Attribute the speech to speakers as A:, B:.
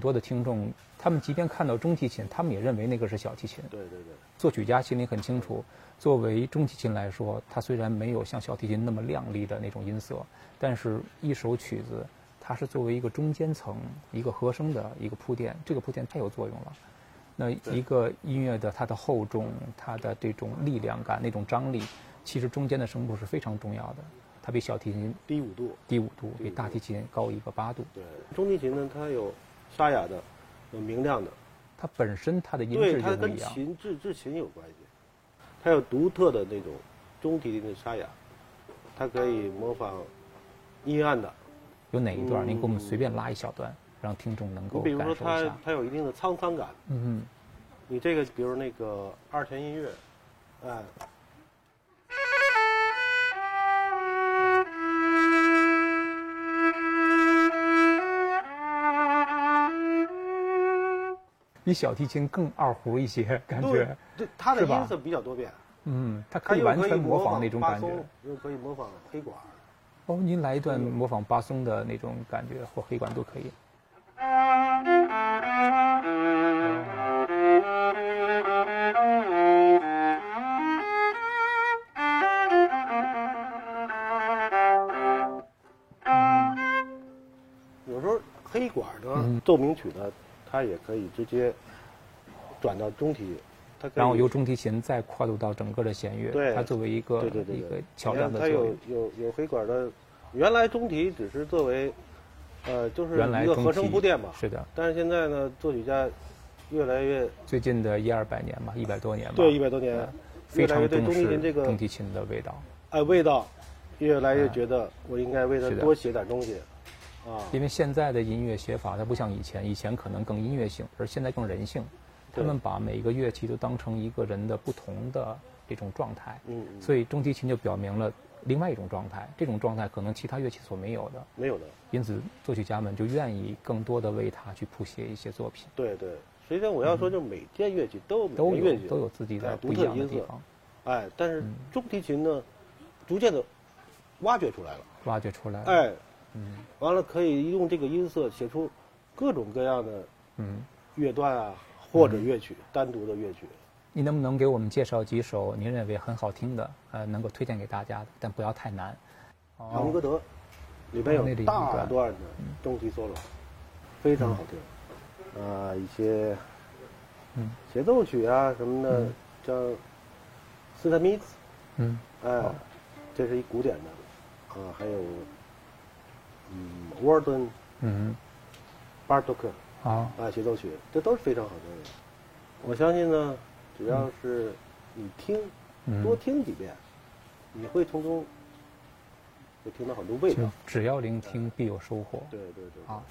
A: 多的听众，他们即便看到中提琴，他们也认为那个是小提琴。
B: 对对对，
A: 作曲家心里很清楚，作为中提琴来说，它虽然没有像小提琴那么亮丽的那种音色，但是一首曲子，它是作为一个中间层、一个和声的一个铺垫，这个铺垫太有作用了。那一个音乐的它的厚重、它的这种力量感、那种张力，其实中间的声部是非常重要的。它比小提琴
B: 低五度，
A: 低五度，
B: 低五
A: 比大
B: 度
A: 提琴高一个八度。
B: 对，中提琴呢，它有沙哑的，有明亮的，
A: 它本身它的音
B: 对，
A: 质
B: 它
A: 就不
B: 跟
A: 一样。
B: 琴制制琴有关系，它有独特的那种中提琴的沙哑，它可以模仿阴暗的，
A: 有哪一段儿？您给我们
B: 嗯
A: 随便拉一小段，让听众能
B: 你
A: 够
B: 比
A: 感
B: 如
A: 受
B: 说
A: 一
B: 它
A: 下。
B: 它有一定的沧桑感，
A: 嗯，
B: 你这个比如那个二泉映月，哎，
A: 比小提琴更二胡一些，感
B: 对
A: 觉。
B: 对，它的
A: 是吧
B: 音色比较多变，
A: 嗯，它可
B: 它
A: 以
B: 又
A: 完
B: 可以
A: 全模
B: 仿
A: 仿那种
B: 巴
A: 感
B: 松
A: 觉。，
B: 又可以模仿黑管。
A: 哦，您来一段模仿巴松的那种感觉，或黑管都可以。
B: 有时候黑管
A: 嗯
B: 呢，奏鸣曲呢，它也可以直接转到中提，它可以
A: 然后由中提琴再跨度到整个的弦乐，
B: 对
A: 它作为一个
B: 对对对
A: 一个
B: 对，
A: 桥
B: 你
A: 梁
B: 看
A: 的
B: 它
A: 作
B: 有
A: 用。
B: 有有黑管的，原来中提只是作为呃就是
A: 原来
B: 一个
A: 中
B: 和
A: 提
B: 声铺垫嘛，
A: 是啊的，
B: 但是现在呢，作曲家越来越
A: 最近的一二百年吧，一百多年吧，
B: 对一百多年，
A: 啊非
B: 越来
A: 常
B: 越对
A: 重
B: 中提
A: 视
B: 琴这个
A: 中提琴的味道。
B: 呃味道，越来越
A: 哎
B: 觉得我应该为它
A: 是的
B: 多写点东西啊，
A: 因为现在的音乐写法，它不像以前，以前可能更音乐性，而现在更人性。他
B: 对
A: 们把每一个乐器都当成一个人的不同的这种状态，
B: 嗯，嗯
A: 所以中提琴就表明了另外一种状态，这种状态可能其他乐器所没有的，
B: 没有的，
A: 因此作曲家们就愿意更多的为它去谱写一些作品，
B: 对对。实际上我要说，就是每件乐器都有每
A: 嗯都
B: 件乐
A: 有
B: 器
A: 都有自己的
B: 哎
A: 不
B: 独
A: 一
B: 特的
A: 样的
B: 音
A: 地
B: 色，
A: 方，嗯
B: 哎，但是中提琴呢，逐渐的挖掘出来了，
A: 挖掘出来。，
B: 哎，
A: 嗯
B: 完了可以用这个音色写出各种各样的
A: 嗯，
B: 乐段啊，或者乐曲，单独的乐曲。
A: 你能不能给我们介绍几首您认为很好听的，呃，能够推荐给大家的，但不要太难。
B: 唐吉诃德里边
A: 哦那里嗯
B: 有
A: 有一
B: 大
A: 段
B: 段的中提 solo，非常好听，啊，一些
A: 嗯
B: 协奏曲啊什么的，像斯坦米兹，
A: 嗯，
B: 哎，这是一古典的，啊，还有嗯，沃尔顿、
A: 嗯，
B: 巴尔托克。
A: 好，
B: 啊，协奏曲，这都是非常好听的。我相信呢，只要是你听，
A: 嗯
B: 多听几遍，你会从中会听到很多味道
A: 就。只要聆听必有收获。
B: 对对对。
A: 好，